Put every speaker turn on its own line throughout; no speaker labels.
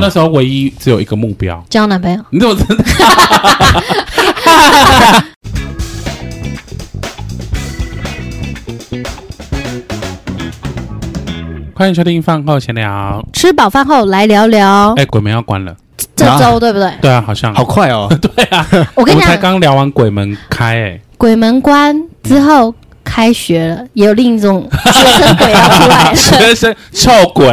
那时候唯一只有一个目标，
交男朋友。
你怎么真的？ 欢迎收听饭后闲聊。
吃饱饭后来聊聊
哎、鬼门要关了。
这周对 不对？
对啊，好像
好。快 哦！
对啊，
我
我
跟你
们才
讲，
刚聊完鬼门开、哎，
鬼门关之后开学了，也有另一种学生鬼要出来了。
学生臭鬼，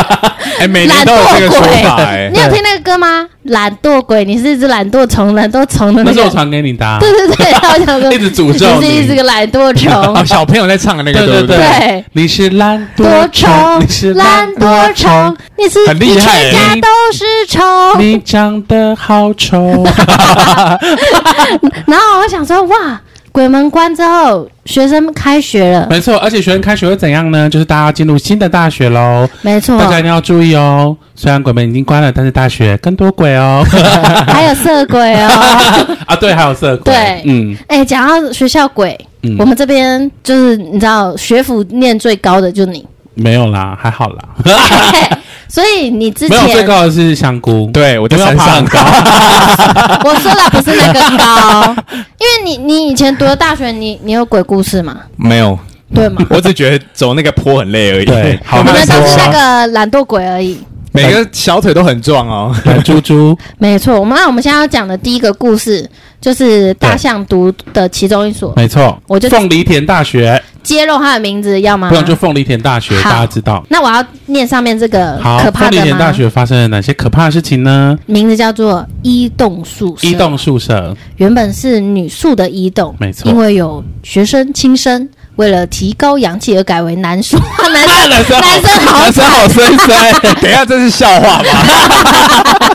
哎、每年都有这个说 法哎、
嗯
你有听那个歌吗？懒惰鬼，你是一只懒惰虫，懒惰虫的
那
那
是
个
我。传给你的、啊
对，对对，然后我想说，
一直诅咒
你是一只
你。
个懒惰
哦，
虫。
小朋友在唱的那个，
对
不
对
对，
你是懒
多
惰
虫
你是，
懒惰虫，你是
很
你
厉害
全家
哎
都是虫。
你长得好丑。
然后我想说，哇，鬼门关之后，学生开学了，
没错，而且学生开学会怎样呢？就是大家进入新的大学喽，
没错，
大家一定要注意哦。虽然鬼门已经关了，但是大学更多鬼 哦。
还有色鬼哦。
啊，对，还有色鬼。
对
嗯
哎、讲到学校鬼，
嗯，
我们这边就是你知道学府念最高的就 你，
没有啦，还好啦，
嘿所以你之
没有最
前
高的是香菇，
对我在
因为
山
爬很
上，
高。
我说了不是那个高，因为你你以前读的大学，你你有鬼故事吗？
没有，
对吗？
我只觉得走那个坡很累而已。
对好
我
我
们
们
那
都是
说啊
那个懒惰鬼而已，
每个小腿都很壮哦。
来猪猪，
没错。我们那我们现在要讲的第一个故事就是大象读的其中一所，
没错，
我就
凤梨田大学，
揭露它的名字，要吗
不？然就凤梨田大学，
好
大家知道。
那我要念上面这个
好，
可怕
凤梨
的
田大
吗？
学发生了哪些可怕的事情呢？
名字叫做一栋宿舍。
一栋宿舍，
原本是女宿的一栋，
没错
因为有学生轻生，为了提高阳气而改为男 宿。哇男生
啊男生好
呃男生好
男生
惨，
好深 深， 等一下这是笑话吧？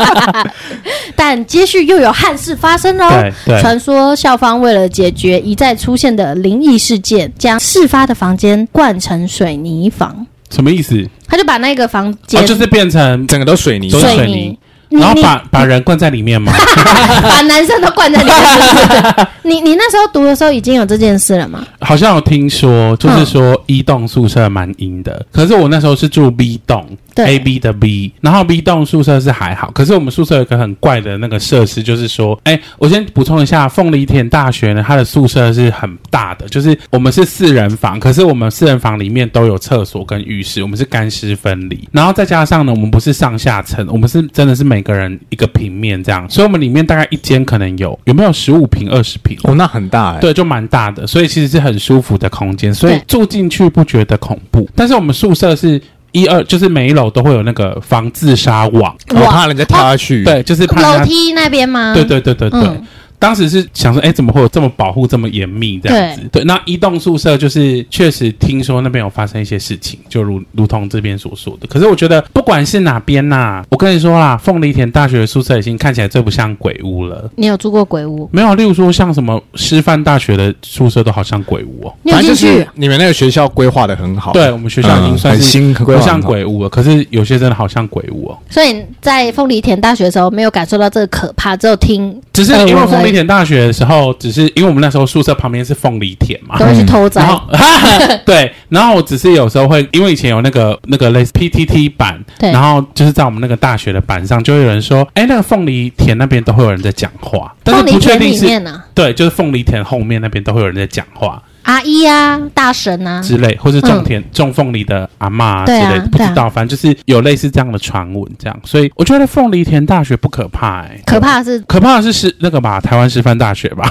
但接续又有憾事发生喽。
对对，
传说校方为了解决一再出现的灵异事件，将事发的房间灌成水泥房，
什么意思？
他就把那个房间、
哦，就是变成
整个都水泥
都，是水泥
泥，你
然后
你
把把人灌在里面嘛。
把男生都灌在里面是不是。 你你那时候读的时候已经有这件事了吗？
好像有听说，就是说一栋宿舍蛮阴的，可是我那时候是住 B 栋
对
，A B 的 B，然后 B 栋宿舍是还好，可是我们宿舍有一个很怪的那个设施，就是说，哎，我先补充一下，凤梨田大学呢，它的宿舍是很大的，就是我们是四人房，可是我们四人房里面都有厕所跟浴室，我们是干湿分离，然后再加上呢，我们不是上下层，我们是真的是每个人一个平面这样，所以我们里面大概一间可能有有没有十五平二十平？
哦，那很大哎、
对，就蛮大的，所以其实是很舒服的空间，所以
对
住进去不觉得恐怖。但是我们宿舍是一二，就是每一楼都会有那个防自杀网，
我
哇
怕人家跳下去。，
对，就是怕
楼
人家，
梯那边吗？
对对对对对。
嗯
当时是想说，哎、怎么会有这么保护这么严密这样子？对，那一栋宿舍就是确实听说那边有发生一些事情，就如如同这边所说的。可是我觉得不管是哪边呐、我跟你说啦，凤梨田大学的宿舍已经看起来最不像鬼屋了。
你有住过鬼屋？
没有，啊例如说像什么师范大学的宿舍都好像鬼屋哦。
你有
反正
进
就
去
是？你们那个学校规划的很好。
对我们学校已经算
嗯很
是
新，规
不
划
像
很好。
鬼屋了，可是有些真的好像鬼屋哦。
所以在凤梨田大学的时候，没有感受到这个可怕，只有听
只是
呃
因
我
为
们
凤梨田大学的时候，只是因为我们那时候宿舍旁边是凤梨田嘛
都，会去偷
嗯然
摘。
后 对，然后我只是有时候会，因为以前有那个那个类似 PTT 版，
对
然后就是在我们那个大学的版上，就会有人说，哎，那个凤梨田那边都会有人在讲话，但是
凤梨
不确
田
定
里
是，
面啊呢、
对，就是凤梨田后面那边都会有人在讲话
阿姨啊，大神啊，
之类，或是种
嗯
田种凤梨的阿嬷啊之
对啊
类的，不
对
知
啊
道，反正就是有类似这样的传闻，这样，所以我觉得凤梨田大学不可怕，哎，
可怕的是
可怕的是师那个吧，台湾师范大学吧，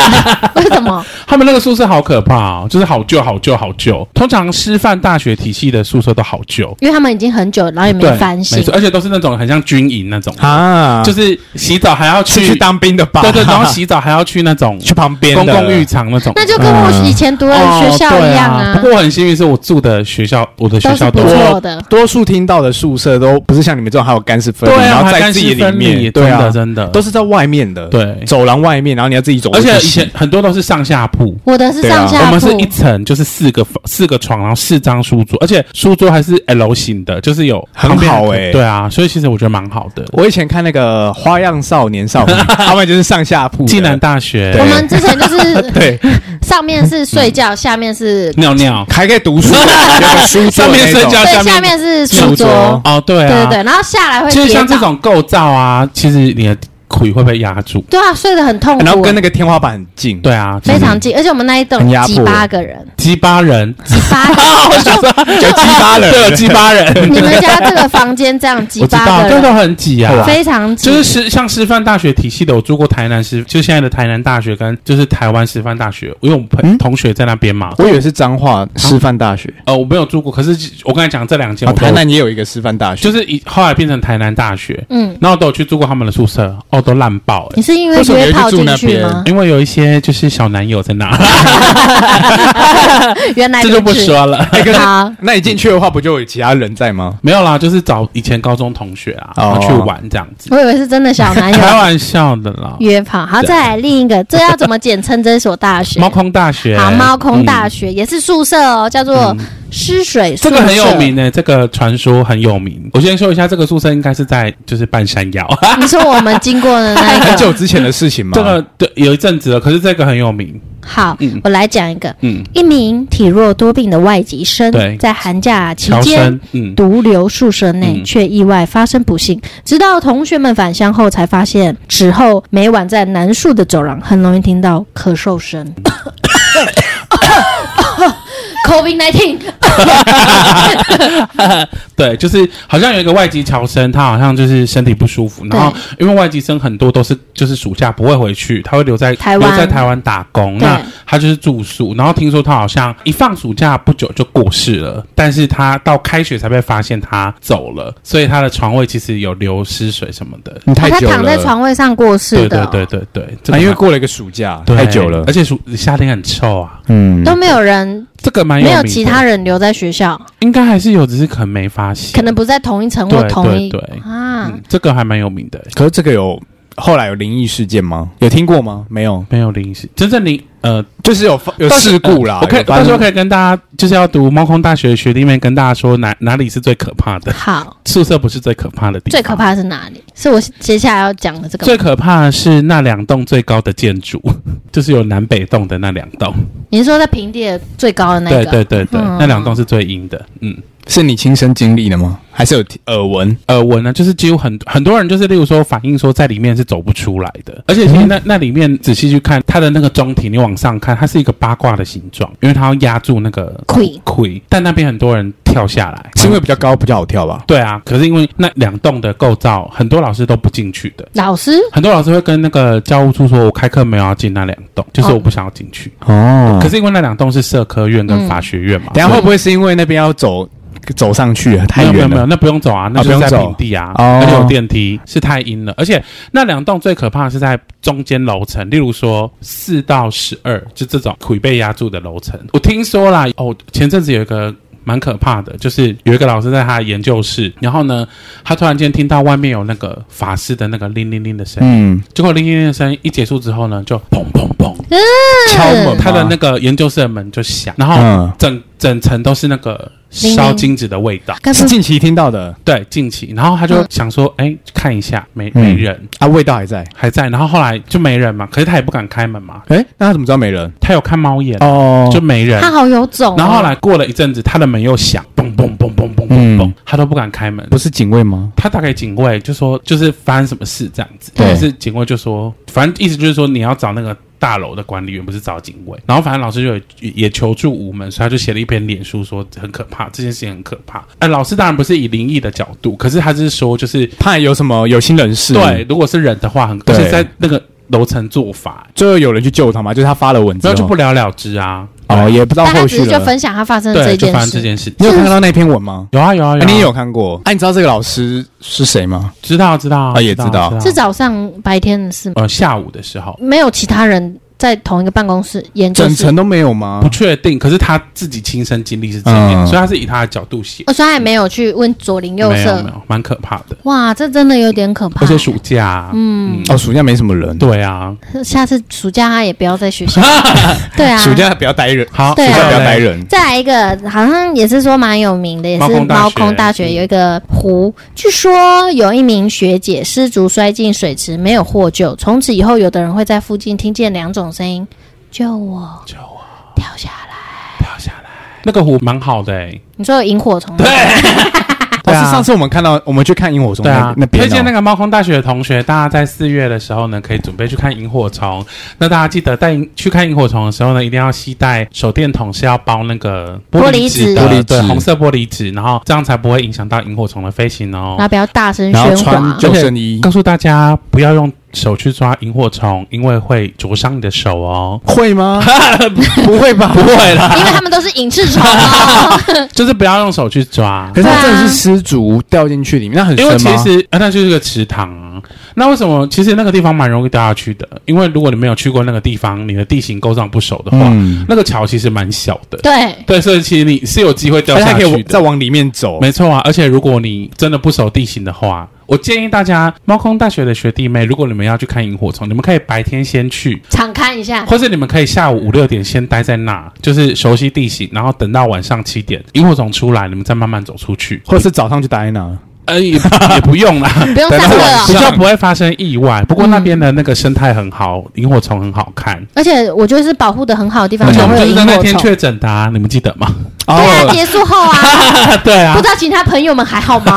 为什么？
他们那个宿舍好可怕哦，就是好旧、好旧、好旧。通常师范大学体系的宿舍都好旧，
因为他们已经很久，然后也没
对，
翻新
没。错，而且都是那种很像军营那种，
啊，
就
就是
是洗澡还要
去
去，
去当兵的吧？
对对，然后洗澡还要去那种
去旁边
公
的
共浴场那种，
那就跟我以前读的
哦
学校一样啊
对不过我很幸运，是我住的学校，我的学
都
校
是不
都有
错的。
多数听到的宿舍都不是像你们这种还有干湿分离，
对
然
啊，
后
还
在
干
自己
湿
里
分离，
面，
真
对
的
啊，
真的
都是在外面的，，
对。
走廊外面，然后你要自己走过
而
去洗。
且以前很多都是上下铺，
我的是上
啊我
下
们是
铺
一，层，就是四个房四个床，然后四张书桌，而且书桌还是 L 型的，就是有
很
旁边
好
可以
欸
对啊，所以其实我觉得蛮好的。
我以前看那个《花样少 年少女》，他们就是上下铺的，
暨南大学
对
我们之前就是
对
上面是睡
嗯
觉，下面是
尿尿，
还可以读 书，有个书桌
上面
那
睡
种
觉
对，
下
下
面
面是
书
书
桌
桌，
哦，对
对
啊，
对对，然后下来会
其实
跌
像这
倒，
种构造啊，其实你的腿会被压住。
对啊，睡得很痛苦，
然后跟那个天花板很近，
对啊，
非常近，而且我们那一栋
很压迫
几八 个人，
鸡巴人，
几八个人，我说
有鸡巴人，
哦 对，有鸡巴 人，
你们家这个房间这样几
我知
八
道，
个
这
人，
都很挤啊。
非常挤，
就是师像师范大学体系的，我住过台南师，就现在的台南大学跟就是台湾师范大学，因为我朋
嗯
同学在那边嘛。
我以为是彰化师范大学，
呃，我没有住过，可是我刚才讲这两间，
哦
啊，
我都
台南也有一个师范大学，
就是以后来变成台南大学，
嗯，
然后都有去住过他们的宿舍，哦，都烂爆了、
你是因为
为什么
约
有一
炮
个住
进
那
去
边
吗？
因为有一些就是小男友 在那，
原来
这
如
就不
此
说了。
哎 可是
好，
那你进去的话，不就有其他人在吗？
没有啦，就是找以前高中同学啊，然后
哦
去玩这样子，
我以为是真的小男
开
友
玩笑的啦。
约炮。好，再来另一个，这要怎么简称这所大学？
猫空大学，
好，猫空大
嗯
学、也是宿舍哦，叫做湿水宿
这
舍。
个很有名。呢、这个传说很有名。我先说一下，这个宿舍应该是在就是半山 腰，
啊
你说我们经过的那 一
很
个，
久之前的事情吗？
这个对有一阵子了，可是这个很有名。
好，
嗯
我来讲一个。
嗯，
一名体弱多病的外籍生
对，
在寒假期
乔
间
生，嗯，
独留宿舍内，
嗯
却意外发生不幸。直到同学们返乡后，才发现此后每晚在南树的走廊，很容易听到咳 嗽声。COVID nineteen，
对，就是好像有一个外籍侨生，他好像就是身体不舒服，然后因为外籍生很多都是就是暑假不会回去，他会留在
台湾
留在台湾打工，
对
那他就是住宿，然后听说他好像一放暑假不久就过世了，但是他到开学才被发现他走了，所以他的床位其实有流失水什么的。
你
哦
太
他
久了，
躺在床位上过世
对
的
对对
哦、
对对，这
啊，
个
因为
蛮
过了一个呃暑假，
对
太久了
而，且暑夏天很臭啊，
嗯
都没有人，
这个蛮
没
有
有
名
其
的
他人留在学校，
应该还是有，只是可能没发现，
可能不在同一层
对
或同
对
一
对，
啊。
嗯，这个还蛮有名的、
可是这个有后来有灵异事件吗？有听过吗？没有，
没有临时，真正灵呃
就是呃有发有事故啦。
我可以
有发
到时候
生
可以跟大家，就是要读猫空大学的学弟妹跟大家说哪哪里是最可怕的，
好，
宿舍不是最可怕的地方，
最可。怕的是哪里？是我接下来要讲的这个吗。
最可怕的是那两栋最高的建筑， 就是有南北栋的那两栋。
你是说在平地的最高的那个？
对对对对，
嗯
那两栋是最阴的。嗯，
是你亲身经历的吗？还是有听耳闻？
耳闻呃呢，就是几乎很很多人就是，例如说反映说在里面是走不出来的，而且其实
嗯
那、那里面仔细去看它的那个中庭，你往上看，它是一个八卦的形状，因为它要压住那个
溃
魁，但那边很多人跳下来，嗯
是因为比较高比较好跳吧？
对啊，可是因为那两栋的构造，很多老师都不进去的。
老师
很多老师会跟那个教务处说，我开课没有要进那两栋，就是我不想要进去。
哦
可是因为那两栋是社科院跟法学院嘛，
嗯等一下会不会是因为那边要走走上去啊太
没有没有
远
没有，
了？
那不用走啊，那
啊
就是在
不用走
平地啊，
哦
而且有电梯，是太阴了。而且那两栋最可怕的是在中间楼层，例如说四到十二，就这种腿被压住的楼层。我听说啦，哦，前阵子有一个。蛮可怕的，就是有一个老师在他的研究室，然后呢，他突然间听到外面有那个法师的那个铃铃铃的声音，
嗯，
结果铃铃铃的声音一结束之后呢，就砰砰砰，
敲门
嗯
吗
他的那个研究室的门就响，然后
嗯
整、整层都是那个烧金纸的味道，
该不
是近期听到的
对，近期，然后他就想说，哎、看一下，没没人、
啊，味道还在。
还在，然后后来就没人嘛，可是他也不敢开门嘛，
哎，那他怎么知道没人？
他有看猫眼，
哦
就没人
他。好有种、哦。
然后后来过了一阵子，他的门又响，嘣嘣嘣嘣嘣嘣
嗯
嘣，他都不敢开门。
不是警卫吗？
他打给警卫，就说就是发生什么事这样子。
对
但是警卫就说，反正意思就是说你要找那个大楼的管理员，不是找警卫。然后反正老师就也也求助无门，所以他就写了一篇脸书说很可怕，这件事情很可怕。呃，老师当然不是以灵异的角度，可是他是说就是
怕有什么有心人士？
对，，如果是人的话，很而
对
且在那个楼层做法，
最后有人去救他嘛？就是他发了文之
然
后
后就不了了之啊。
哦，也不知道
但他
后
只
续
是就
了。
分享他发生
对，
的嗯这
就
件
发生这
事。
件事。
你有看到那篇文吗？
有啊有啊有
啊
啊，
你也有看过？哎，你知道这个老师是谁吗？
知道知道
啊也知道嗯
是早上白天的事吗？
呃下午的时候
没有其他人在同一个办公室研究
整
室
层，都没有吗
不？确定，可是他自己亲身经历是这样，
嗯
所以他是以他的角度写。
我说哦他也没有啊去问左邻右
没有没
舍。
有，蛮可怕的。
哇，这真的有点可怕
而。且暑假啊，嗯，
哦，暑假没什么人，
对啊，
下次暑假他也不要在 学校。对啊，
暑假不要呆人，
好，
对啊
暑假不要
白
呆。人。
再来一个，好像也是说蛮有名的，也
猫
是
空大
猫
学嗯
空大学有一个湖，据说有一名学姐失足摔进水池，没有获救。从此以后，有的人会在附近听见两种声音：救我，救我，掉下来。
跳下来。那个湖蛮好的哎、
你说有萤火虫？
对
但
啊
哦是上次我们看到，我们去看萤火虫
对啊
那，那边哦，
推荐那个猫空大学的同学，大家在四月的时候呢，可以准备去看萤火虫。那大家记得带萤去看萤火虫的时候呢，一定要携带手电筒，是要包那个纸的，
玻璃纸
对
玻璃纸
红色玻璃纸，然后这样才不会影响到萤火虫的飞行哦
然。后不要大声
然后
喧哗
穿。救生衣
告诉大家不要用手去抓萤火虫，因为会灼伤你的手哦。
会吗？ 不会吧？不会啦。
因为他们都是影视 虫哦，
嗯
就是不要用手去抓，
可是它真的是失足掉进去里面，那很
因
深吗？
为其实、啊、那就是个池塘啊。那为什么其实那个地方蛮容易掉下去的？因为如果你没有去过那个地方，你的地形构造不熟的话，
嗯
那个桥其实蛮小的。
对，
对，所以其实你是有机会掉
而且
下
还可以
去
再
的。
往里面走。
没错啊，而且如果你真的不熟地形的话，我建议大家猫空大学的学弟妹，如果你们要去看萤火虫，你们可以白天先去，
敞看一下，
或是你们可以下午五六点先待在那，就是熟悉地形，然后等到晚上七点萤火虫出来，你们再慢慢走出去。
或者是早上就待在那，
呃，也 也不用啦，嗯
不用
等
上
到
课
晚
哦
上。
比较不会发生意外。不过那边的那个生态很好，萤火虫很好看，
而且我觉得是保护的很好的地方
而且
才
我
会
们
有
嗯就是
萤
在那
火
天
虫。
确诊的、啊，你们记得吗？
哦
对啊，结束后啊，
对啊
不，知道其他朋友们还 好吗？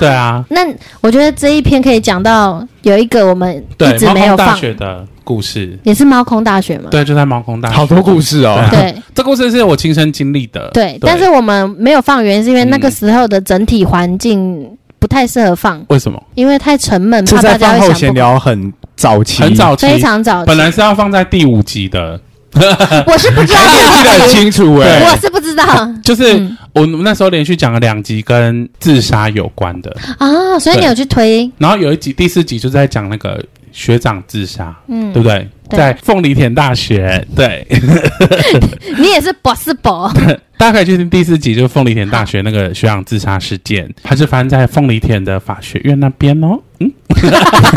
对啊，
那我觉得这一篇可以讲到有一个我们一
对，
直
猫
没
空
有
大
放，嗯
学的故事，
也是猫空大学嘛。
对，就在猫空
啊
大学，
好多故事哦。
对
对
这故事是我亲身经历的，
对，但是我们没有放，原因是因为那个时候的整体环境不太适合放，
为什么
因为太沉闷，
是
怕大
在
家
饭
会
后
想
闲
不开。
聊很早期，
很早期
非常早期，
本来是要放在第五集的，
我是不知道
记得
这个
很
事情，
清楚哎、
我是不知道
就是
嗯
我们那时候连续讲了两集跟自杀有关的，
啊，所以你有去推，
然后有一集第四集就在讲那个学长自杀，
嗯
对，不对？
对
在凤梨田大学，对，
你也是博士博，
大家可以去听第四集，就是凤梨田大学那个学长自杀事件，它是发生在凤梨田的法学院那边哦。嗯，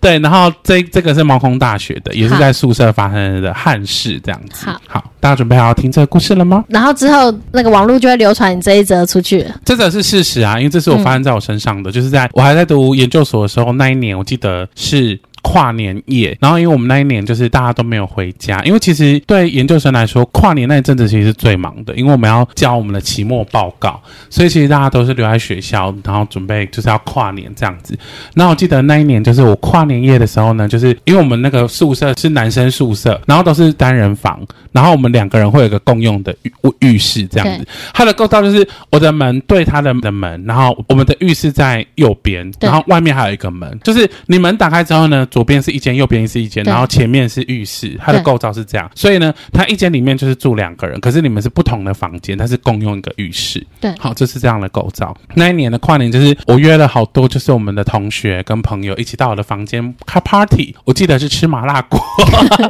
对，然后这这个是毛孔大学的，也是在宿舍发生的憾事，这样子。
好，
大家准备好要听这个故事了吗？
然后之后那个网络就会流传你这一则出去，
这则是事实啊，因为这是我发生在我身上的，就是在我还在读研究所的时候，那一年我记得是。跨年夜，然后因为我们那一年就是大家都没有回家，因为其实对研究生来说，跨年那一阵子其实是最忙的，因为我们要交我们的期末报告，所以其实大家都是留在学校，然后准备就是要跨年这样子。然后我记得那一年就是我跨年夜的时候呢，就是因为我们那个宿舍是男生宿舍，然后都是单人房，然后我们两个人会有一个共用的浴浴室这样子
对。
它的构造就是我的门对他的的门，然后我们的浴室在右边，
对
然后外面还有一个门，就是你门打开之后呢，左边是一间，右边是一间，
对
然后前面是浴室，它的
对
构造是这样。所以呢，它一间里面就是住两个人，可是你们是不同的房间，它是共用一个浴室。
对
好，就是这样的构造。那一年的跨年，就是我约了好多，就是我们的同学跟朋友一起到我的房间开 party，我记得是吃麻辣锅，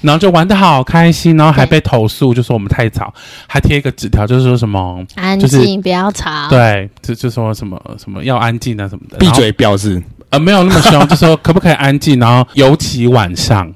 然后就玩的好开心，然后还被投诉，就说我们太吵，还贴一个纸条，就是说什么。
安
就是
静，不要吵，
对，就就说什么什么要安静啊什么的，
闭
然后
嘴婊子，
呃没有那么凶，就说可不可以安静，然后尤其晚 上，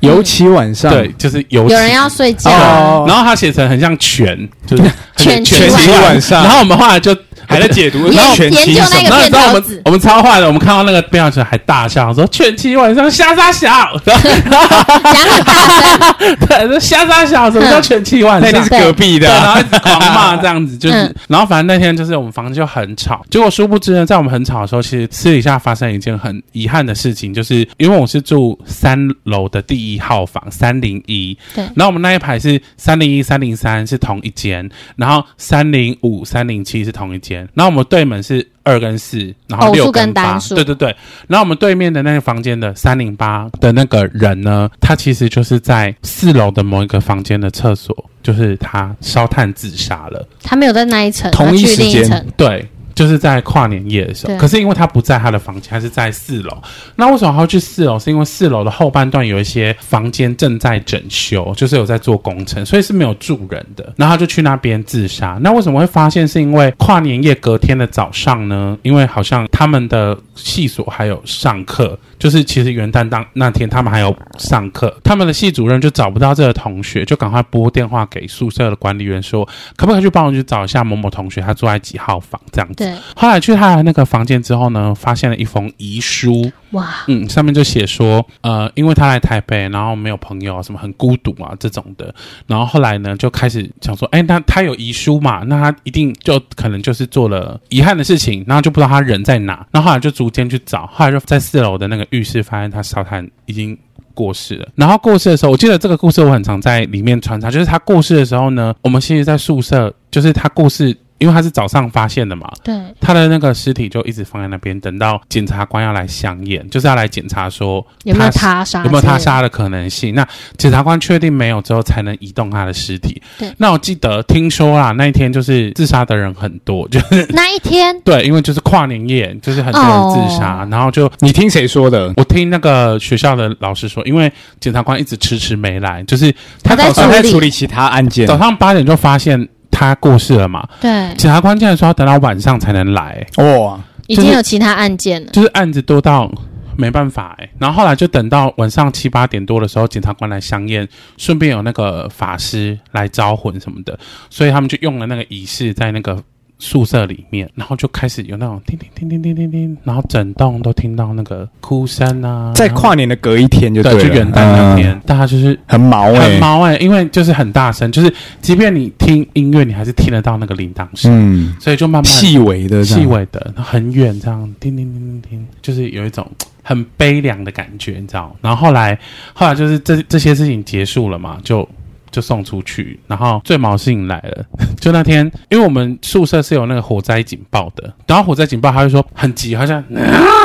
尤其晚上。
对，就是尤其
有人要睡觉啊，
哦，
然后他写成很像犬，就是
犬
犬
其
其
晚上
然后我们后来就
还在解读，
研
然后全
研
听
究那
然
个
什
后你知
变
道我
条
们
子，
我们超坏的，我们看到那个变调犬还大笑说：“犬妻晚上瞎傻 笑。”然后
讲很大声，
对，说瞎傻笑，什么
嗯
叫犬妻晚
那一定
上
是？隔壁
对，
的
然
啊，
后一直狂 骂这样子，就是，
嗯
然后反正那天就是我们房间就很吵，结果殊不知呢，在我们很吵的时候，其实私底下发生一件很遗憾的事情，就是因为我是住三楼的第一号房三零一，
对
然后我们那一排是三零一、三零三是同一间，然后三零五、三零七是同一间，然后我们对门是二跟四，然后
偶数
六
跟
八，
单数
对对对。然后我们对面的那个房间的三零八的那个人呢，他其实就是在四楼的某一个房间的厕所，就是他烧炭自杀了。
他没有在那一层，
同一
他去另一
时
层
间，
对，就是在跨年夜的时候。
对
可是因为他不在他的房间，他是在四楼。那为什么他要去四楼？是因为四楼的后半段有一些房间正在整修，就是有在做工程，所以是没有住人的。然后他就去那边自杀。那为什么会发现？是因为跨年夜隔天的早上呢？因为好像他们的系所还有上课，就是其实元旦当那天他们还有上课，他们的系主任就找不到这个同学，就赶快拨电话给宿舍的管理员说，可不可以去帮我去找一下某某同学，他住在几号房这样子。
对，
后来去他的那个房间之后呢，发现了一封遗书，
哇，
嗯，上面就写说，呃，因为他来台北，然后没有朋友啊，什么很孤独啊这种的。然后后来呢，就开始想说，哎，那他有遗书嘛？那他一定就可能就是做了遗憾的事情，然后就不知道他人在哪。然后后来就逐渐去找，后来就在四楼的那个浴室发现他烧炭已经。过世了，然后过世的时候，我记得这个故事我很常在里面穿插，就是他过世的时候呢，我们其实，在宿舍，就是他过世，因为他是早上发现的嘛，
对，
他的那个尸体就一直放在那边，等到检察官要来相验，就是要来检查说
有没
他
有
是
他杀？
有没有他？杀的可能性。那检察官确定没有之后，才能移动他的尸体。
对
那我记得听说啦，那一天就是自杀的人很多， 就
那一天
对，因为就是跨年夜，就是很多人自
哦
杀，然后就。
你听谁说的？
我听那个学校的老师说，因为检察官一直迟迟没来，就是他
他在
早
处
上
理
在处理其哦他案件
早，上八点就发现他过世了嘛，
对，
检察官竟然说要等到晚上才能来、
哇，
已
就是
经有其他案件 了。
就是案子多到没办法哎、然后后来就等到晚上七八点多的时候，检察官来相验，顺便有那个法师来招魂什么的，所以他们就用了那个仪式在那个宿舍里面，然后就开始有那种叮叮叮叮叮叮叮，然后整栋都听到那个哭声啊，
在
然后
跨年的隔一天就
对，
了，
就元旦那天，
嗯，
大家就是。
很毛
很
哎，
毛哎、因为就是很大声，就是即便你听音乐，你还是听得到那个铃铛声，
嗯，
所以就慢慢
细微的这样
细微的，很远这样，叮叮叮叮叮，就是有一种很悲凉的感觉，你知道？然后后来，后来就是这这些事情结束了嘛，就就送出去。然后最毛的事情来了， 就那天，因为我们宿舍是有那个火灾警报的，然后火灾警报他就说很急，好像、
哦，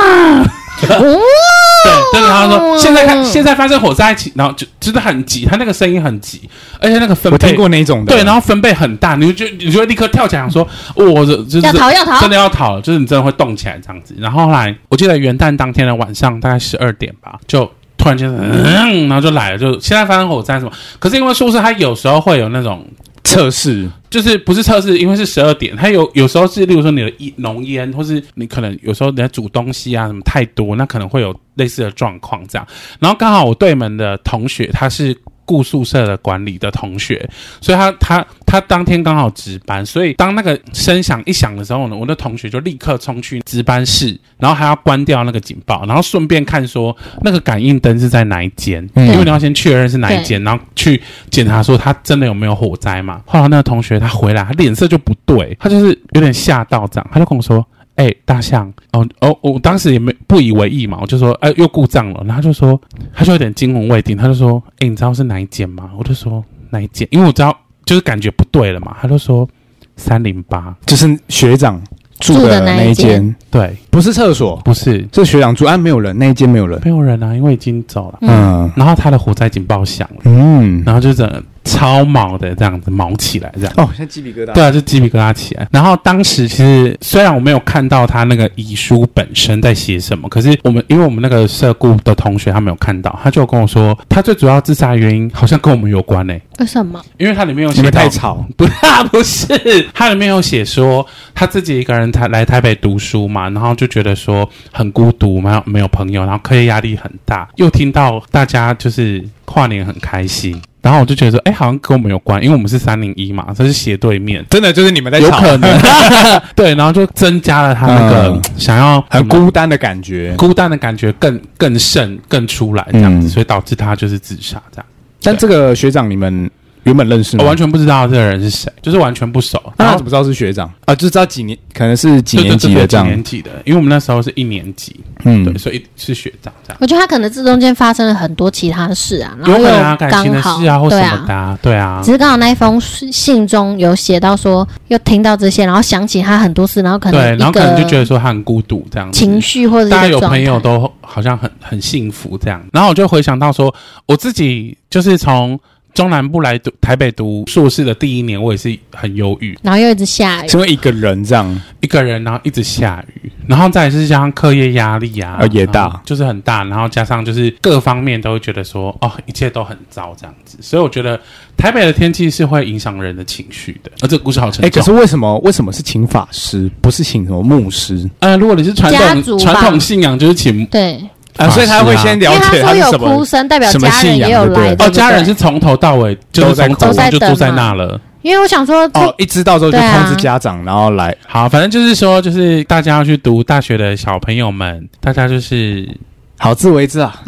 对，但是他
哦
说现在看现在发生火灾，起，然后就就是很急，他那个声音很急，而且那个分
我
贝
听过那种的，
对，然后分贝很大，你就你就会立刻跳起来想说，哦我这这
要逃要逃
真的要逃了，就是你真的会动起来这样子。然后后来，我记得元旦当天的晚上大概十二点吧，就突然间，嗯，然后就来了，就现在发生火灾什么。可是因为宿舍它有时候会有那种。
测试
就是不是测试，因为是十二点，它有有时候是，例如说你的一浓烟，或是你可能有时候人家煮东西啊什么太多，那可能会有类似的状况这样。然后刚好我对门的同学他是顾宿舍的管理的同学，所以他他他当天刚好值班，所以当那个声响一响的时候呢，我的同学就立刻冲去值班室，然后还要关掉那个警报，然后顺便看说那个感应灯是在哪一间，
嗯
因为你要先确认是哪一间，然后去检查说他真的有没有火灾嘛。后来那个同学他回来，他脸色就不对，他就是有点吓到这样，他就跟我说。哎、大象，哦哦，我当时也没不以为意嘛，我就说，哎、又故障了。然后他就说，他就有点惊魂未定，他就说，哎、你知道是哪一间吗？我就说哪一间，因为我知道就是感觉不对了嘛。他就说三零八，
就是学长住
住的
的
那
一
一间
间，
对，
不是厕所，
不是
是学长住，啊，没有人，那一间没有人，
没有人啊，因为已经走了。
嗯，
嗯
然后他的火灾警报响了，
嗯，
然后就整个超毛的这样子毛起来这样。
哦，现在鸡皮疙瘩，
对啊，就鸡皮疙瘩起来。然后当时其实虽然我没有看到他那个遗书本身在写什么，可是我们因为我们那个社顾的同学他没有看到，他就跟我说，他最主要自杀的原因好像跟我们有关呢、欸
为什么？
因为他里面有
你
写
们
到
太吵，
不大不是，他里面有写说他自己一个人台来台北读书嘛，然后就觉得说很孤独，没有没有朋友，然后课业压力很大，又听到大家就是跨年很开心，然后我就觉得说，哎、好像跟我们有关，因为我们是三零一嘛，这是斜对面，
真的就是你们在
有
吵，
可能 对，然后就增加了他那个、
嗯
想要
很孤单的感觉，
孤单的感觉更更甚更出来这样子，
嗯
所以导致他就是自杀这样。
但这个学长你们原本认识
我
吗？
完全不知道这个人是谁，就是完全不熟。
那
然
他
后
怎么知道是学长啊？就知道几年，可能是几年级
对对对
的这
几
样
年。级的，因为我们那时候是一年级，
嗯
对，，所以是学长这样。
我觉得他可能这中间发生了很多其他事啊，然
有
后
可能啊，
又
感情
刚
的
好
事啊，或
对
什
啊
么的啊，对啊
只，是刚好那一封信中有写到说，又听到这些，然后想起他很多事，然后可能
对，
一
然后可能就觉得
啊个
说他很孤独这样子，
情绪或者一
大家
个
有
状态
朋友都好像很很幸福这样。然后我就回想到说，我自己就是从中南部来读台北读硕士的第一年，我也是很忧郁，
然后又一直下雨，
成为一个人这样，
一个人，然后一直下雨，然后再来是加上课业压力啊，
呃也大
然后就是很大，然后加上就是各方面都会觉得说，哦，一切都很糟这样子。所以我觉得台北的天气是会影响人的情绪的，而这个故事好
哎，
沉
可
重。
是为什么为什么是请法师，不是请什么牧师
呃，如果你是传
家族
统
吧
传统信仰，就是请
对，
法师啊
所以他会先
因
了
为他
解
说
是
有
什
哭
么？
声，代表
什么
家人
信仰
也有
就对
来，
了
对
哦，
不对
家人是从头到尾就是从早
都
在
上就
等
坐在
嘛
那了。
因为我想说这
哦，一知道之后就
对啊
通知家长，然后来
好，反正就是说，就是大家要去读大学的小朋友们，大家就是
好自为之啊，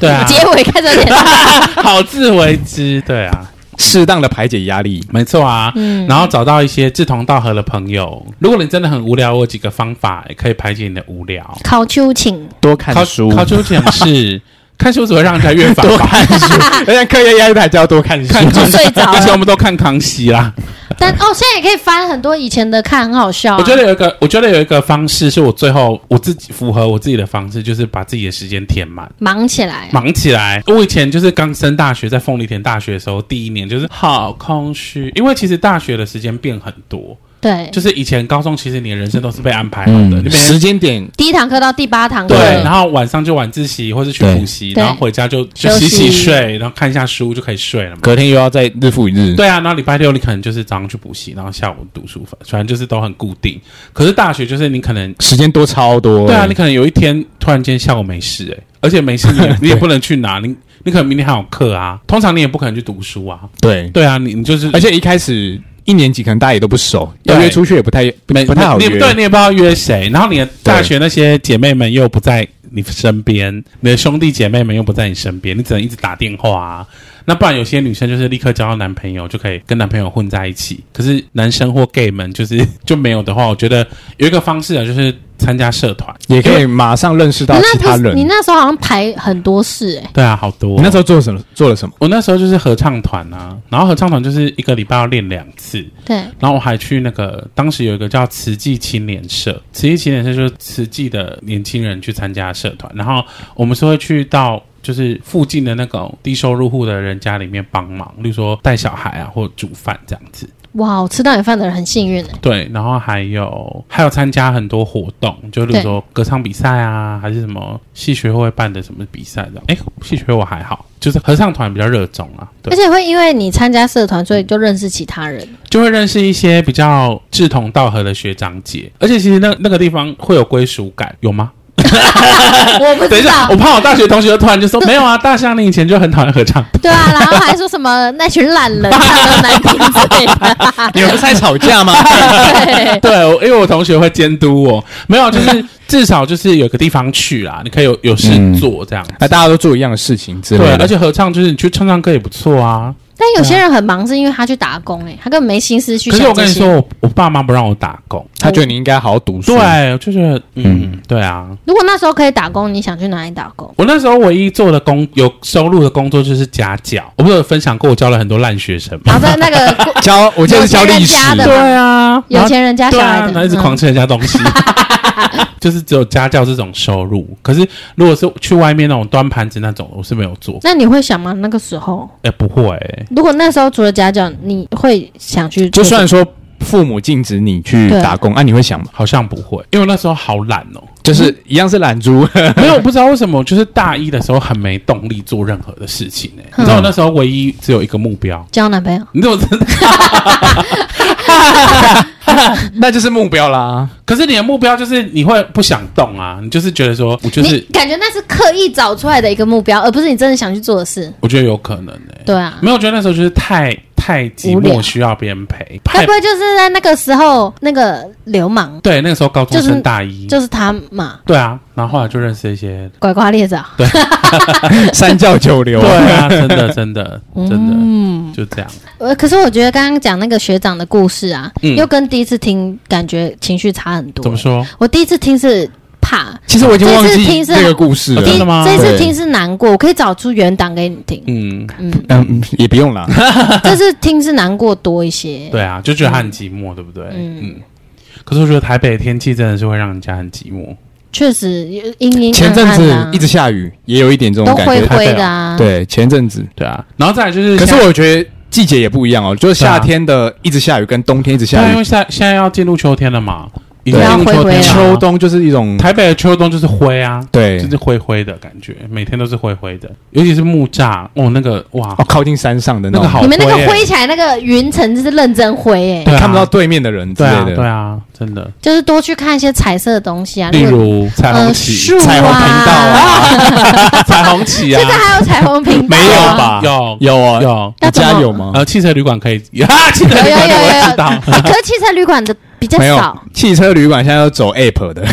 对啊，
结尾开始有点
好自为之，对啊，
适当的排解压力。
没错啊。
嗯
然后找到一些志同道合的朋友。如果你真的很无聊，我有几个方法可以排解你的无聊。
考秋请
多看书，
考秋千是看书只会让人家越烦
多
吧。
看 书，人家课业压力大，就要多看书。
看
就睡着
而且我
了。
们都看康熙啦。
但哦，现在也可以翻很多以前的看，很好笑啊、
我觉得有一个，我觉得有一个方式是我最后我自己符合我自己的方式，就是把自己的时间填满。
忙起来，啊
忙起来。我以前就是刚升大学，在凤梨田大学的时候，第一年就是好空虚，因为其实大学的时间变很多，
对，
就是以前高中其实你的人生都是被安排好的，你每天
嗯时间点
第一堂课到第八堂课
对，，然后晚上就晚自习或是去补习，
对
然后回家就就
休息
洗洗睡，然后看一下书就可以睡了嘛。
隔天又要再日复一日。
对啊，然后礼拜六你可能就是早上去补习，然后下午读书，反正就是都很固定。可是大学就是你可能
时间多超多。哎
对啊，你可能有一天突然间下午没事哎、而且没事你 也你也不能去哪，你你可能明天还有课啊，通常你也不可能去读书啊。
对，
对啊，你你就是
而且一开始一年级可能大家也都不熟，
对
要约出去也不太不
没
不太好
你
约
也。对你也不知道约谁，然后你的大学那些姐妹们又不在你身边，你的兄弟姐妹们又不在你身边，你只能一直打电话啊。那不然有些女生就是立刻交到男朋友，就可以跟男朋友混在一起。可是男生或 gay 们就是就没有的话，我觉得有一个方式啊，就是参加社团。
也可以马上认识
你
到其他
那不是
人。
你那时候好像排很多事哎、
对啊，好多哦、
你那时候做什么？做了什么？
我那时候就是合唱团啊，然后合唱团就是一个礼拜要练两次，
对，
然后我还去那个当时有一个叫慈济青年社，慈济青年社就是慈济的年轻人去参加社团，然后我们是会去到。就是附近的那种低收入户的人家里面帮忙，例如说带小孩啊，或煮饭这样子。
哇，吃到你饭的人很幸运哎、
对，然后还有还有参加很多活动，就例如说歌唱比赛啊，还是什么戏学会办的什么比赛这样。哎，戏学会我还好，就是合唱团比较热衷啊。对
而，且会因为你参加社团，所以就认识其 他人。
就会认识一些比较志同道合的学长姐，而且其实那那个地方会有归属感，有吗？
我不
等一
知
下，
道
我，怕我大学同学就突然就说没有啊，大象你以前就很讨厌合唱，
对啊，然后还说什么那群懒人唱的难听之 类的，
你们不是在吵架吗？
对，
对，我因为我同学会监督我，没有，就是至少就是有个地方去啦，你可以有有事
嗯
做这样。
啊，大家都做一样的事情之类
对，啊
的。
而且合唱就是你去唱唱歌也不错啊。
但有些人很忙，是因为他去打工哎、他根本没心思去
可
想
是
这些。
我跟你说，我我爸妈不让我打工，
他觉得你应该好好读书。
对，我就觉得嗯，对啊，
如果那时候可以打工，你想去哪里打工？
我那时候唯一做的工有收入的工作就是家教，我不是有分享过我教了很多烂学生吗？
然后在那个
教我记得是教历史
有，钱人家的
对啊，
有
然后
钱人家小
对
孩
啊
的，，
然后一直
嗯
狂吃人家东 西，就是只有家教这种收入。可是如果是去外面那种端盘子那种，我是没有做。
那你会想吗？那个时候，
哎、不会、欸，
如果那时候除了家教，你会想去
就
做这个？
算说父母禁止你去
对
打工，啊，你会想吗？
好像不会，因为我那时候好懒 哦、
就是一样是懒猪，
没有，我不知道为什么，就是大一的时候很没动力做任何的事情、欸。
嗯
你知道我那时候唯一只有一个目标，
交男朋友，
你怎么知道？
那就是目标啦。
可是你的目标就是你会不想动啊，你就是觉得说，我就是
你感觉那是刻意找出来的一个目标，而不是你真的想去做的事。
我觉得有可能诶、
对啊，
没有，我觉得那时候就是太太寂
无聊
寞，需要别人陪。
该
太
不会就是在那个时候那个流氓
对，那个时候高中
就是
生大一，
就是他嘛，
对啊，然后后来就认识一些，
拐瓜裂枣。
三教九流，
对啊，真 的真的真的，嗯，就这样。
呃，可是我觉得刚刚讲那个学长的故事啊，
嗯
又跟第一次听感觉情绪差很多。
怎么？说？
我第一次听是怕，
其实我已经忘
这次
记
听是
这个故事
哦
了
第
真
一。
的吗
这一次
对啊
听是难过，我可以找出原档给你听。
嗯，
嗯，
嗯，也不用啦。
这次听是难过多一些。
对啊，就觉得他很寂寞，对不对？
嗯
嗯。可是我觉得台北的天气真的是会让人家很寂寞。
确实阴阴
前阵
暗暗的
子
啊
一直下雨，也有一点这种
都
感
灰
觉。
灰的啊。
对，前阵子。
对啊，然后再来就是
可
现在，
是我觉得季节也不一样哦，就是
啊
夏天的一直下雨，跟冬天一直
对啊，
下
因
雨，
为现在现在要进入秋天了嘛，已经
对啊
进入秋天
要
了。
灰灰
秋冬就是一种
台北的秋冬就是灰啊，
对
就，是灰灰的感觉，每天都是灰灰的，尤其是木栅哦，那个哇
哦，，靠近山上的那
那
种
个，好
你们那
灰
个
欸
灰起来，那个云层就是认真灰哎、
对啊
看不到对面的人之
对啊，
类
对
的。
啊，真的，
就是多去看一些彩色的东西啊，
例
如
如彩虹
呃
旗、
树啊，
彩虹频道啊
彩虹旗啊
现，在还有彩虹频道、啊，
没有 吧
有
有啊，
有，
你
要怎么
家有吗？
呃，汽车旅馆可以， 啊，汽车
有
旅
有
馆
有
我
有
知道，呃
有，可是汽车旅馆的比较
没有
少，
汽车旅馆现在要走 app 的，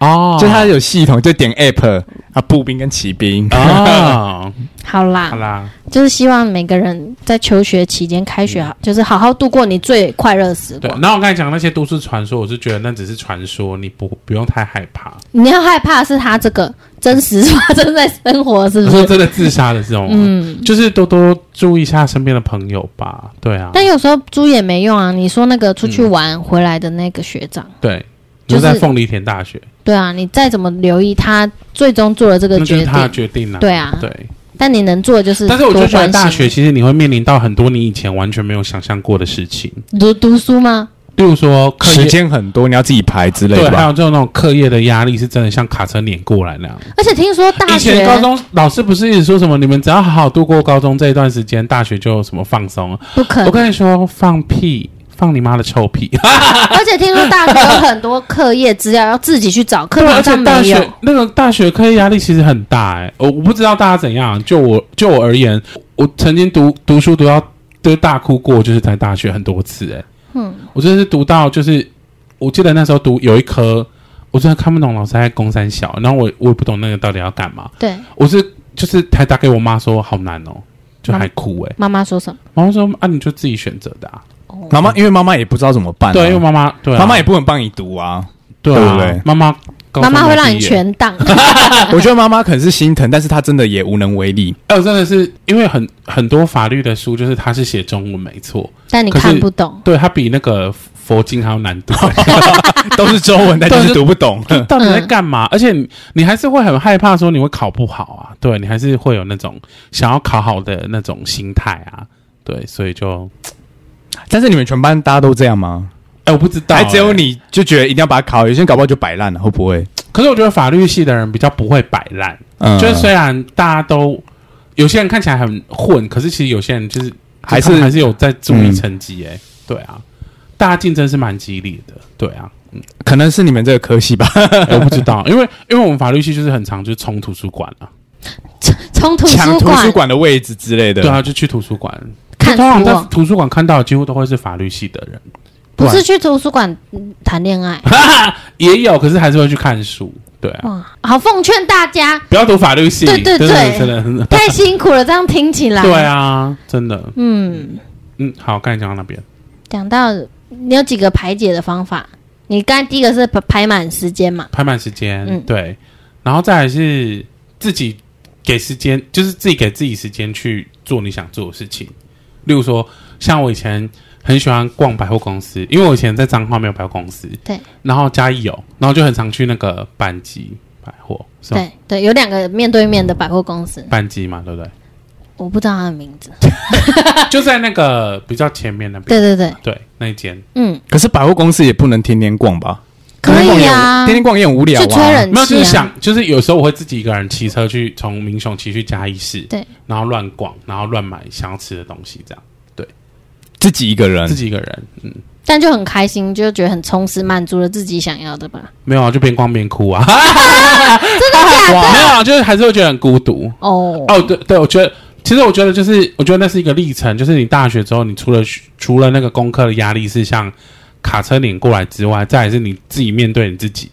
哦，
就它有系统，就点 app 啊，步兵跟骑兵。
哦，
好啦，
好啦，
就是希望每个人在求学期间、开学好，就是好好度过你最快乐的时
嗯对。
光。
然后我刚才讲那些都市传说，我是觉得那只是传说，你不不用太害怕。
你要害怕的是他这个真实发生在生活，是
我
不
说
是？
真的自杀的这种，
嗯，
就是多多注意一下身边的朋友吧。对啊，
但有时候猪也没用啊。你说那个出去玩回来的那个学长，
对，
就
就是在凤梨田大学，
对啊，你再怎么留意他，最终做了这个
那就
决
是他的
定，
决定了。
对啊
对。
但你能做的就是
但是我就
多
觉得
关
大
心
学其实你会面临到很多你以前完全没有想象过的事情，
读读书吗？
例如说课
时
业。
间很多，你要自己排之类
对，啊
的
还
吧。
有这种那种课业的压力是真的像卡车碾过来那样。
而且听说大
以
学
前高中老师不是一直说什么，你们只要好好度过高中这一段时间，大学就什么放松了。
不可
我
能，
跟你说，放屁，放你妈的臭 屁！
而且听说大学有很多课业资料要自己去找，课
对，啊 而
堂
且
上
哦大
没有
学。那个大学课业压力其实很大哎、我我不知道大家怎样，就我就我而言，我曾经读读书读到就是大哭过，就是在大学很多次哎、
嗯，
我真的是读到就是，我记得那时候读有一科，我真的看不懂老师在公三小，然后我我也不懂那个到底要干嘛，
对，
我是就是还打给我妈说好难哦，就还哭
嗯
哎、
妈妈说什么？
然后说啊你就自己选择的、啊，
妈妈，因为妈妈也不知道怎么办啊、
对，因为妈妈对啊、
妈妈也不能帮你读啊。
对
对
啊，
不对
妈妈高
妈
中
妈
才
会让
毕
你
业
全当。
我觉得妈妈可能是心疼，但是她真的也无能为力。
哎，我真的是因为很很多法律的书，就是它是写中文没错，
但你
可是
看不懂，
对它比那个佛经还要难 读。
都是中文，但就是读不懂。
到底在干嘛？而且你你还是会很害怕说你会考不好啊，对你还是会有那种想要考好的那种心态啊，对，所以就
但是你们全班大家都这样吗？
哎，我不知道、
还只有
哎。
你就觉得一定要把它考好，有些人搞不好就摆烂了，会不会？
可是我觉得法律系的人比较不会摆烂，
嗯
就是虽然大家都有些人看起来很混，可是其实有些人就是
还
就
是
他们还是有在注意
嗯
成绩、哎、对啊，大家竞争是蛮激烈的，对啊。
可能是你们这个科系吧，
我不知道，因为因为我们法律系就是很常就是冲图书馆啊，
从图
抢
书
图书
馆
馆的位置之类的。
对啊，就去图书馆。
看
通常
书
在
哦，
图书馆看到的几乎都会是法律系的人，
不是去图书馆嗯谈恋爱。
也有，可是还是会去看书。对啊，
哇，好奉劝大家，
不要读法律系，
哦对对
真的
对
真的真的，
太辛苦了，这样听起来。
对，啊，真的，
嗯，
嗯，好，刚才讲到那边，
讲到你有几个排解的方法，你刚才第一个是排排满时间嘛，
排满时间，
嗯
对，然后再来是自己给时间，就是自己给自己时间去做你想做的事情。例如说，像我以前很喜欢逛百货公司，因为我以前在彰化没有百货公司，
对，
然后嘉义有，然后就很常去那个板机百货，是啊吧？
对对，有两个面对面的百货公司，
板机嘛，对不对？
我不知道它的名字。
就在那个比较前面那边，
对对对，
对，那一间。
嗯，
可是百货公司也不能天天逛吧？
可以啊，
天天逛也很无聊啊。
去吹冷
没有，就
气
是
啊。
想，就是有时候我会自己一个人骑车去从民雄骑去嘉义市，
对，
然后乱逛，然后乱买想要吃的东西，这样
自己一个人
自，己一个人，嗯，
但就很开心，就觉得很充实，满足了自己想要的吧。
没有啊，就边逛边哭啊，
真的 假的？
没有啊，就是还是会觉得很孤独。
哦，
哦，对对，我觉得。其实我觉得就是，我觉得那是一个历程，就是你大学之后，你除了除了那个功课的压力是像卡车碾过来之外，再来是你自己面对你自己，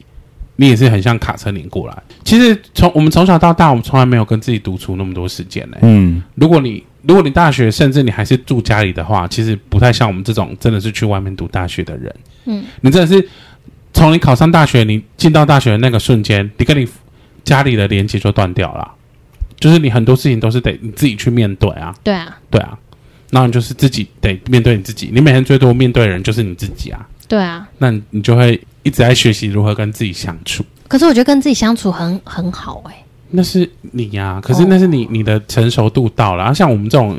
你也是很像卡车碾过来。其实从我们从小到大，我们从来没有跟自己独处那么多时间呢、
嗯，
如果你如果你大学甚至你还是住家里的话，其实不太像我们这种真的是去外面读大学的人。
嗯，
你真的是从你考上大学，你进到大学的那个瞬间，你跟你家里的连接就断掉了，就是你很多事情都是得你自己去面对啊，
对啊，
对啊，然后你就是自己得面对你自己，你每天最多面对的人就是你自己啊，
对啊。
那你你就会一直在学习如何跟自己相处。
可是我觉得跟自己相处很很好哎、
那是你呀、可是那是你、你的成熟度到了，啊像我们这种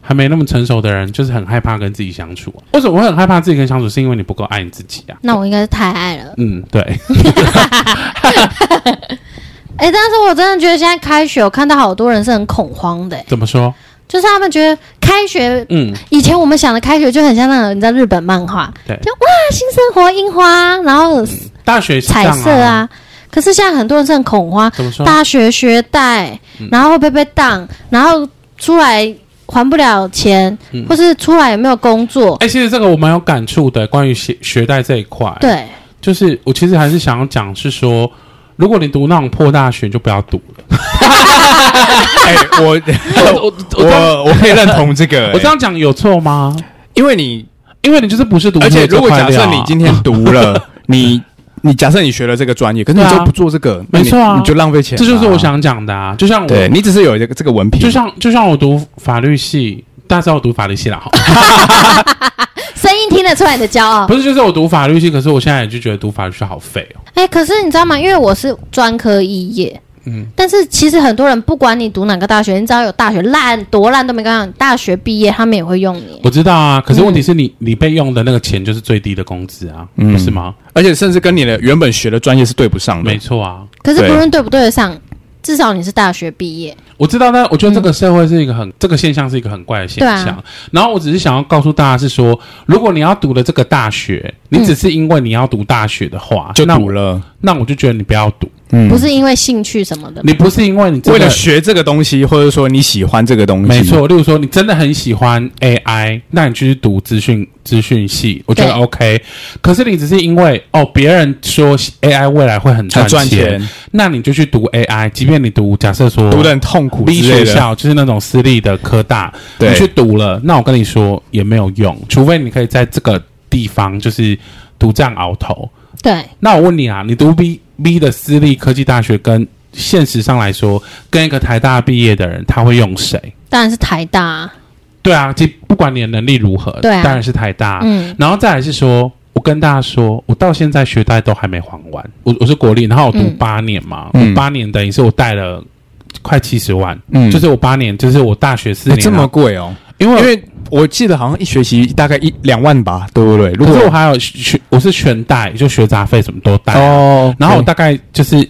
还没那么成熟的人，就是很害怕跟自己相处、啊。为什么我会很害怕自己跟相处？是因为你不够爱你自己啊。
那我应该是太爱了
嗯，对，
哎、但是我真的觉得现在开学，我看到好多人是很恐慌的、哎
怎么说？
就是他们觉得开学。
嗯，
以前我们想的开学就很像那种你在日本漫画，
对
就哇新生活樱花，然后
大学是这
彩
样
色
啊，
啊。可是现在很多人是很恐慌，
怎么说？
大学学贷，
嗯
然后会不会被当，然后出来还不了钱，
嗯
或是出来有没有工作？
哎、其实这个我蛮有感触的，关于学学贷这一块，，
对，
就是我其实还是想要讲是说，如果你读那种破大学，就不要读了。
哎，我
我我我这样
我 我可以认同这个、
我这样讲有错吗？
哎因为你，
因为你就是啊不是读，
而且如果假设你
今
今天读 了，你你假设你学了这个专业，可是你
对啊
就不做这个，那你
没错啊
你就浪费钱、
这就是我，想讲的啊，就像
对
我，
你只是有这个这个文凭，啊
就像就像我读法律系。大家知道我读法律系啦， 哈，
声音听得出来的骄傲。
不是就是我读法律系，可是我现在也就觉得读法律系好废哦。
哎、可是你知道吗？因为我是专科肄业，
嗯
嗯，但是其实很多人不管你读哪个大学，你只要有大学烂多烂都没关系，大学毕业他们也会用你。
我知道啊，可是问题是你、你被用的那个钱就是最低的工资啊，
嗯
不是吗？
而且甚至跟你的原本学的专业是对不上的
没。错啊，
可是
对
不论对不对得上，至少你是大学毕业。
我知道，但我觉得这个社会是一个很、这个现象是一个很怪的现
嗯对
象。
啊
然后我只是想要告诉大家是说，如果你要读的这个大学，你
嗯
只是因为你要读大学的话，
就
那
读
我
了，
那我就觉得你不要读，
嗯
不是因为兴趣什么的吗，
你不是因为你真
为
的
了学这个东西，或者说你喜欢这个东西，
没，错，例如说你真的很喜欢 AI，那你去读资讯资讯系，我觉得
对
OK。可是你只是因为哦，别人说 AI 未来会很
很
赚
赚钱，
那你就去读 AI，即便你读假设说
读的很痛苦
B
之类
学
的。
校就是那种私立的科大，
对
你去读了，那我跟你说也没有用，除非你可以在这个地方就是独占鳌头。
对，
那我问你啊，你读 B B 的私立科技大学跟现实上来说，跟一个台大毕业的人，他会用谁？
当然是台大啊、
对啊，即不管你的能力如何，
对啊
当然是台大。
嗯，
然后再来是说，我跟大家说，我到现在学贷都还没还完。我我是国立，然后我读
嗯
八年嘛，
嗯
我八年等于是我贷了快七十万，
嗯
就是我八年，就是我大学四
哎
年、
这么，贵哦？
因为
因为我记得好像一学期大概一两万吧，对不对？如
可
果
是我还有学，我是全贷，就学杂费什么都贷啊、
哦
然后我大概就是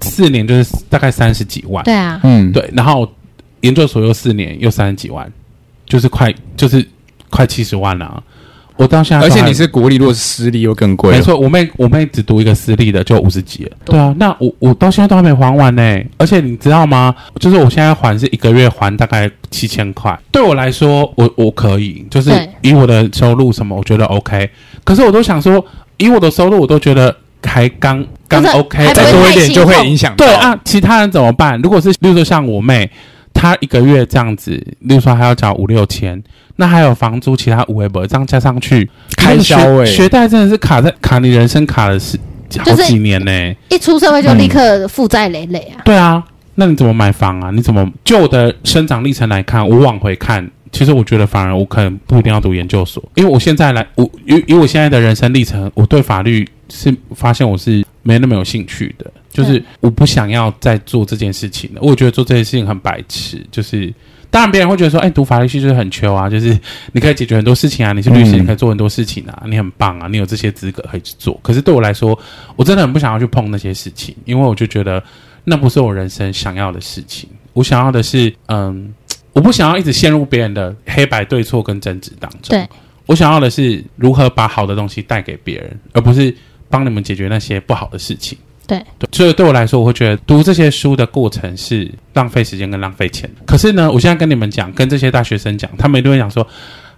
四年，就是大概三十几万，
对啊，
嗯，
对，然后研究所又四年又三十几万，就是快就是快七十万了、啊。我到现在都
而且
还
你是哦国立，如果是私立又更贵，
没，错，我妹我妹只读一个私立的，就五十几了。对啊，那我我到现在都还没还完呢、而且你知道吗？就是我现在还是一个月还大概七千块，对我来说，我我可以，就是
对
以我的收入什么，我觉得 OK。可是我都想说，以我的收入，我都觉得还刚刚
就是
OK，
还不
再
会
多一
太
点
心
就会
痛
影响到
对，啊，其他人怎么办？如果是，例如说像我妹，她一个月这样子，例如说还要缴五六千，那还有房租，其他五微博这样加上去，
开销
那个
欸
学学贷真的是卡在卡你人生卡了十好
就是
几年呢、
一出社会就立刻负债累累啊。
对啊，那你怎么买房啊？你怎么就我的生长历程来看，我往回看，其实我觉得反而我可能不一定要读研究所，因为我现在来，我以以我现在的人生历程，我对法律是发现我是没那么有兴趣的，就是
嗯
我不想要再做这件事情了。我觉得做这件事情很白痴，就是。当然，别人会觉得说：“哎、读法律系就是很穷啊，就是你可以解决很多事情啊，你是律师，
嗯
你可以做很多事情啊，你很棒啊，你有这些资格可以去做。”可是对我来说，我真的很不想要去碰那些事情，因为我就觉得那不是我人生想要的事情。我想要的是，嗯，我不想要一直陷入别人的黑白对错跟争执当中。
对，
我想要的是如何把好的东西带给别人，而不是帮你们解决那些不好的事情。
对
对，所以对我来说，我会觉得读这些书的过程是浪费时间跟浪费钱。可是呢，我现在跟你们讲，跟这些大学生讲，他们一定会讲说：“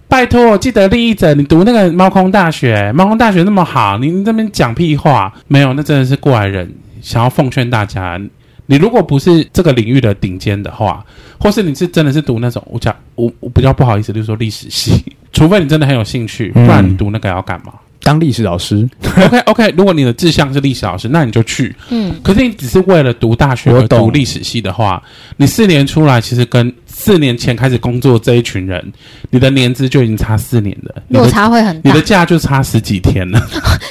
拜托，记得利益者，你读那个猫空大学，猫空大学那么好，你你这边讲屁话，没有，那真的是过来人。想要奉劝大家，你如果不是这个领域的顶尖的话，或是你是真的是读那种，我讲我我比较不好意思，就是说历史系，除非你真的很有兴趣，不然你读那个要干嘛、
当历史老师，
o k OK，如果你的志向是历史老师，那你就去。
嗯，
可是你只是为了读大学
我
而读
懂
历史系的话，你四年出来，其实跟四年前开始工作这一群人，你的年资就已经差四年了，你
落
的
差会很
你
大
的，假就差十几天了。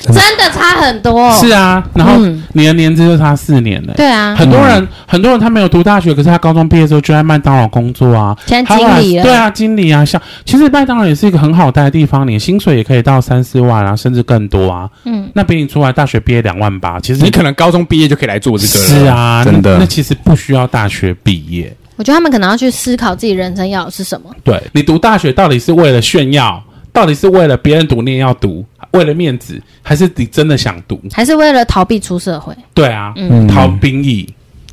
真的差很多。
是啊，然后
哦嗯
你的年资就差四年了。
对啊，
很多人，很多人他没有读大学，可是他高中毕业之后就在麦当劳工作啊，
现在
他后
经
来
理了，
对啊，经理啊，像其实麦当劳也是一个很好待的地方，你的薪水也可以到三四万啊，甚至更多啊。
嗯，
那比你出来大学毕业两万八，其实
你可能高中毕业就可以来做这个了。
是啊，
真
那，那
的。
其实不需要大学毕业。
我觉得他们可能要去思考自己人生要的是什么。
对你读大学到底是为了炫耀，到底是为了别人读你也要读，为了面子，还是你真的想读？
还是为了逃避出社会。
对啊，
嗯
逃兵役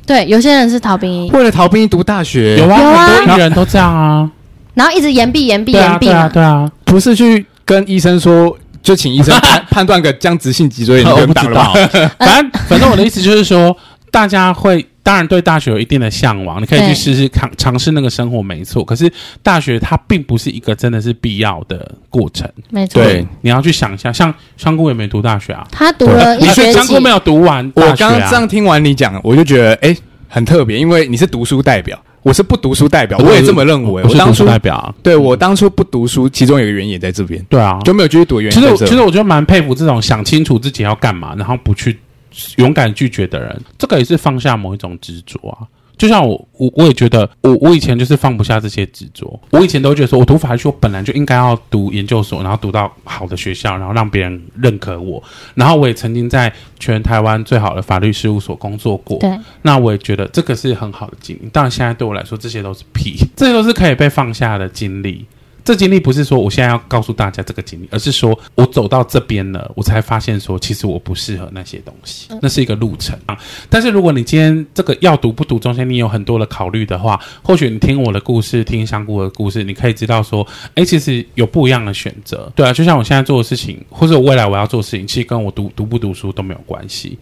对，有些人是逃兵役，
为了逃兵读大学，
有啊，
有啊
很多艺人都这样啊，
然后一直延毕、延毕、
对啊，
延毕
对啊，
嘛。
对啊，
不是去跟医生说就请医 生判判断个僵直性脊椎炎
我
跟
不
绑
知
了
道 啊
吧。，
反正反正我的意思就是说，大家会当然对大学有一定的向往，你可以去
对
试试尝尝试那个生活，没错。可是大学它并不是一个真的是必要的过程，
没错。
对，
你要去想一下，像香菇也没读大学啊，
他读了一
你
学
学香
期
菇，没有读完
我
大学
刚刚这
啊
样。听完你讲，我就觉得哎、很特别，因为你是读书代表，我是不读书代表，我也这么认
我
为。我
是
当
读书
初
代表啊，
对我当初不读书，其中有一个原因也在这边，
对啊，
就没有继续读的原
其
因
实
在
我
这。
其实我就蛮佩服这种想清楚自己要干嘛，然后不去勇敢拒绝的人，这个也是放下某一种执着啊。就像我我我也觉得我我以前就是放不下这些执着，我以前都觉得说我读法律系，我本来就应该要读研究所，然后读到好的学校，然后让别人认可我。然后我也曾经在全台湾最好的法律事务所工作过，
对，
那我也觉得这个是很好的经历。当然，现在对我来说，这些都是屁， 这些都是可以被放下的经历。这经历不是说我现在要告诉大家这个经历，而是说我走到这边了，我才发现说其实我不适合那些东西，那是一个路程啊。但是如果你今天这个要读不读中间你有很多的考虑的话，或许你听我的故事，听香菇的故事，你可以知道说，哎，其实有不一样的选择。对啊，就像我现在做的事情，或者我未来我要做的事情，其实跟我读读不读书都没有关系，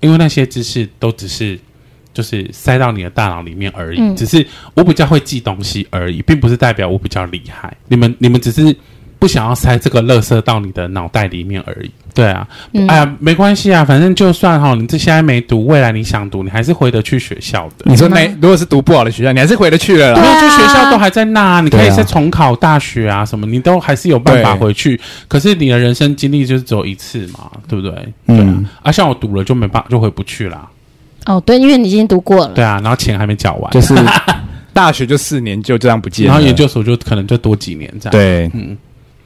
因为那些知识都只是就是塞到你的大脑里面而已。
嗯
只是我比较会记东西而已，并不是代表我比较厉害。你们你们只是不想要塞这个垃圾到你的脑袋里面而已。对啊，
嗯
哎呀，没关系啊，反正就算哈，你这现在没读，未来你想读，你还是回得去学校的。
你说那如果是读不好的学校，你还是回得去了
没
啦。
有，
对
就
啊
学校都还在那、啊，你可以
对啊
再重考大学啊，什么你都还是有办法
对
回去。可是你的人生经历就是只有一次嘛，对不对？
嗯
对啊，啊，像我读了就没办法，就回不去啦。
哦，对，因为你已经读过了，
对啊，然后钱还没缴完，
是 大学就四年就这样不见了，
然后研究所就可能就多几年这样。
对，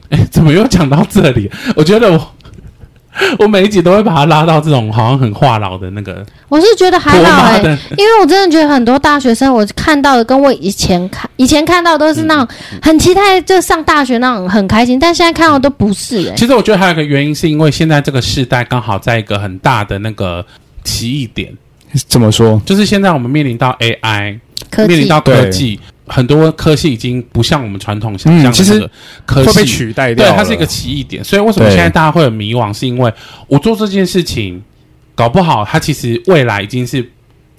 哎，怎么又讲到这里？ 我觉得我我每一集都会把它拉到这种好像很话痨的那个
我是觉得还
婆
好
妈
哎、
的，
因为我真的觉得很多大学生，我看到的跟我以前看以前看到都是那种
嗯
很期待就上大学那种很开心，但现在看到都不是哎、
其实我觉得还有一个原因，是因为现在这个世代刚好在一个很大的那个奇异点，
怎么说？
就是现在我们面临到 AI，
科
面临
技
到科
对
技，很多科系已经不像我们传统想象的
嗯其
那
实
个科
会被
系。
取代掉
对，
了？
它是一个奇异点，所以为什么
对
现在大家会很迷惘？是因为我做这件事情，搞不好它其实未来已经是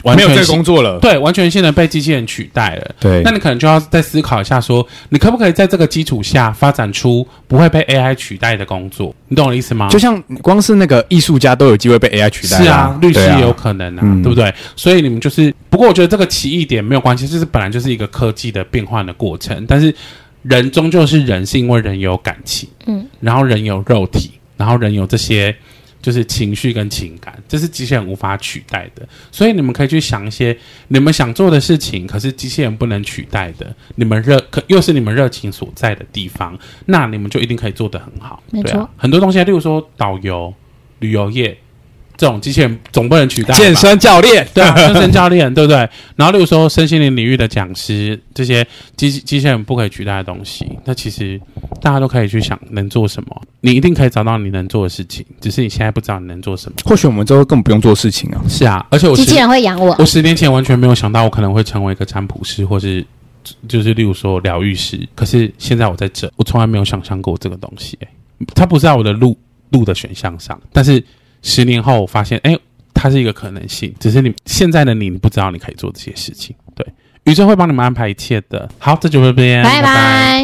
完
没
全
有这个
是
工作了。
对，完全性的被机器人取代了。
对
那你可能就要再思考一下说你可不可以在这个基础下发展出不会被 AI 取代的工作？你懂我的意思吗？
就像光是那个艺术家都有机会被 AI 取代啦，
是啊，律师
对啊
也有可能啊，
嗯
对不对？所以你们就是，不过我觉得这个奇异点没有关系，就是本来就是一个科技的变换的过程，但是人终究是人，是因为人有感情，
嗯，
然后人有肉体，然后人有这些就是情绪跟情感，这是机器人无法取代的。所以你们可以去想一些你们想做的事情，可是机器人不能取代的，你们热可又是你们热情所在的地方，那你们就一定可以做得很好。
没
对啊
错，
很多东西，例如说导游、旅游业这种机器人总不能取代吧。
健身教练，
对啊，健身教练，对不对？然后，例如说身心灵领域的讲师，这些机机器人不可以取代的东西，那其实大家都可以去想能做什么，你一定可以找到你能做的事情，只是你现在不知道你能做什么。
或许我们之后更不用做事情啊。
是啊，而且我
机器
十
人会养我
我，十年前完全没有想到我可能会成为一个占卜师，或是就是例如说疗愈师，可是现在我在这，我从来没有想象过这个东西、欸，它不是在我的路路的选项上，但是十年后我发现，哎、它是一个可能性，只是你现在的你，你不知道你可以做这些事情，对，宇宙会帮你们安排一切的。好，这就到这边，
拜拜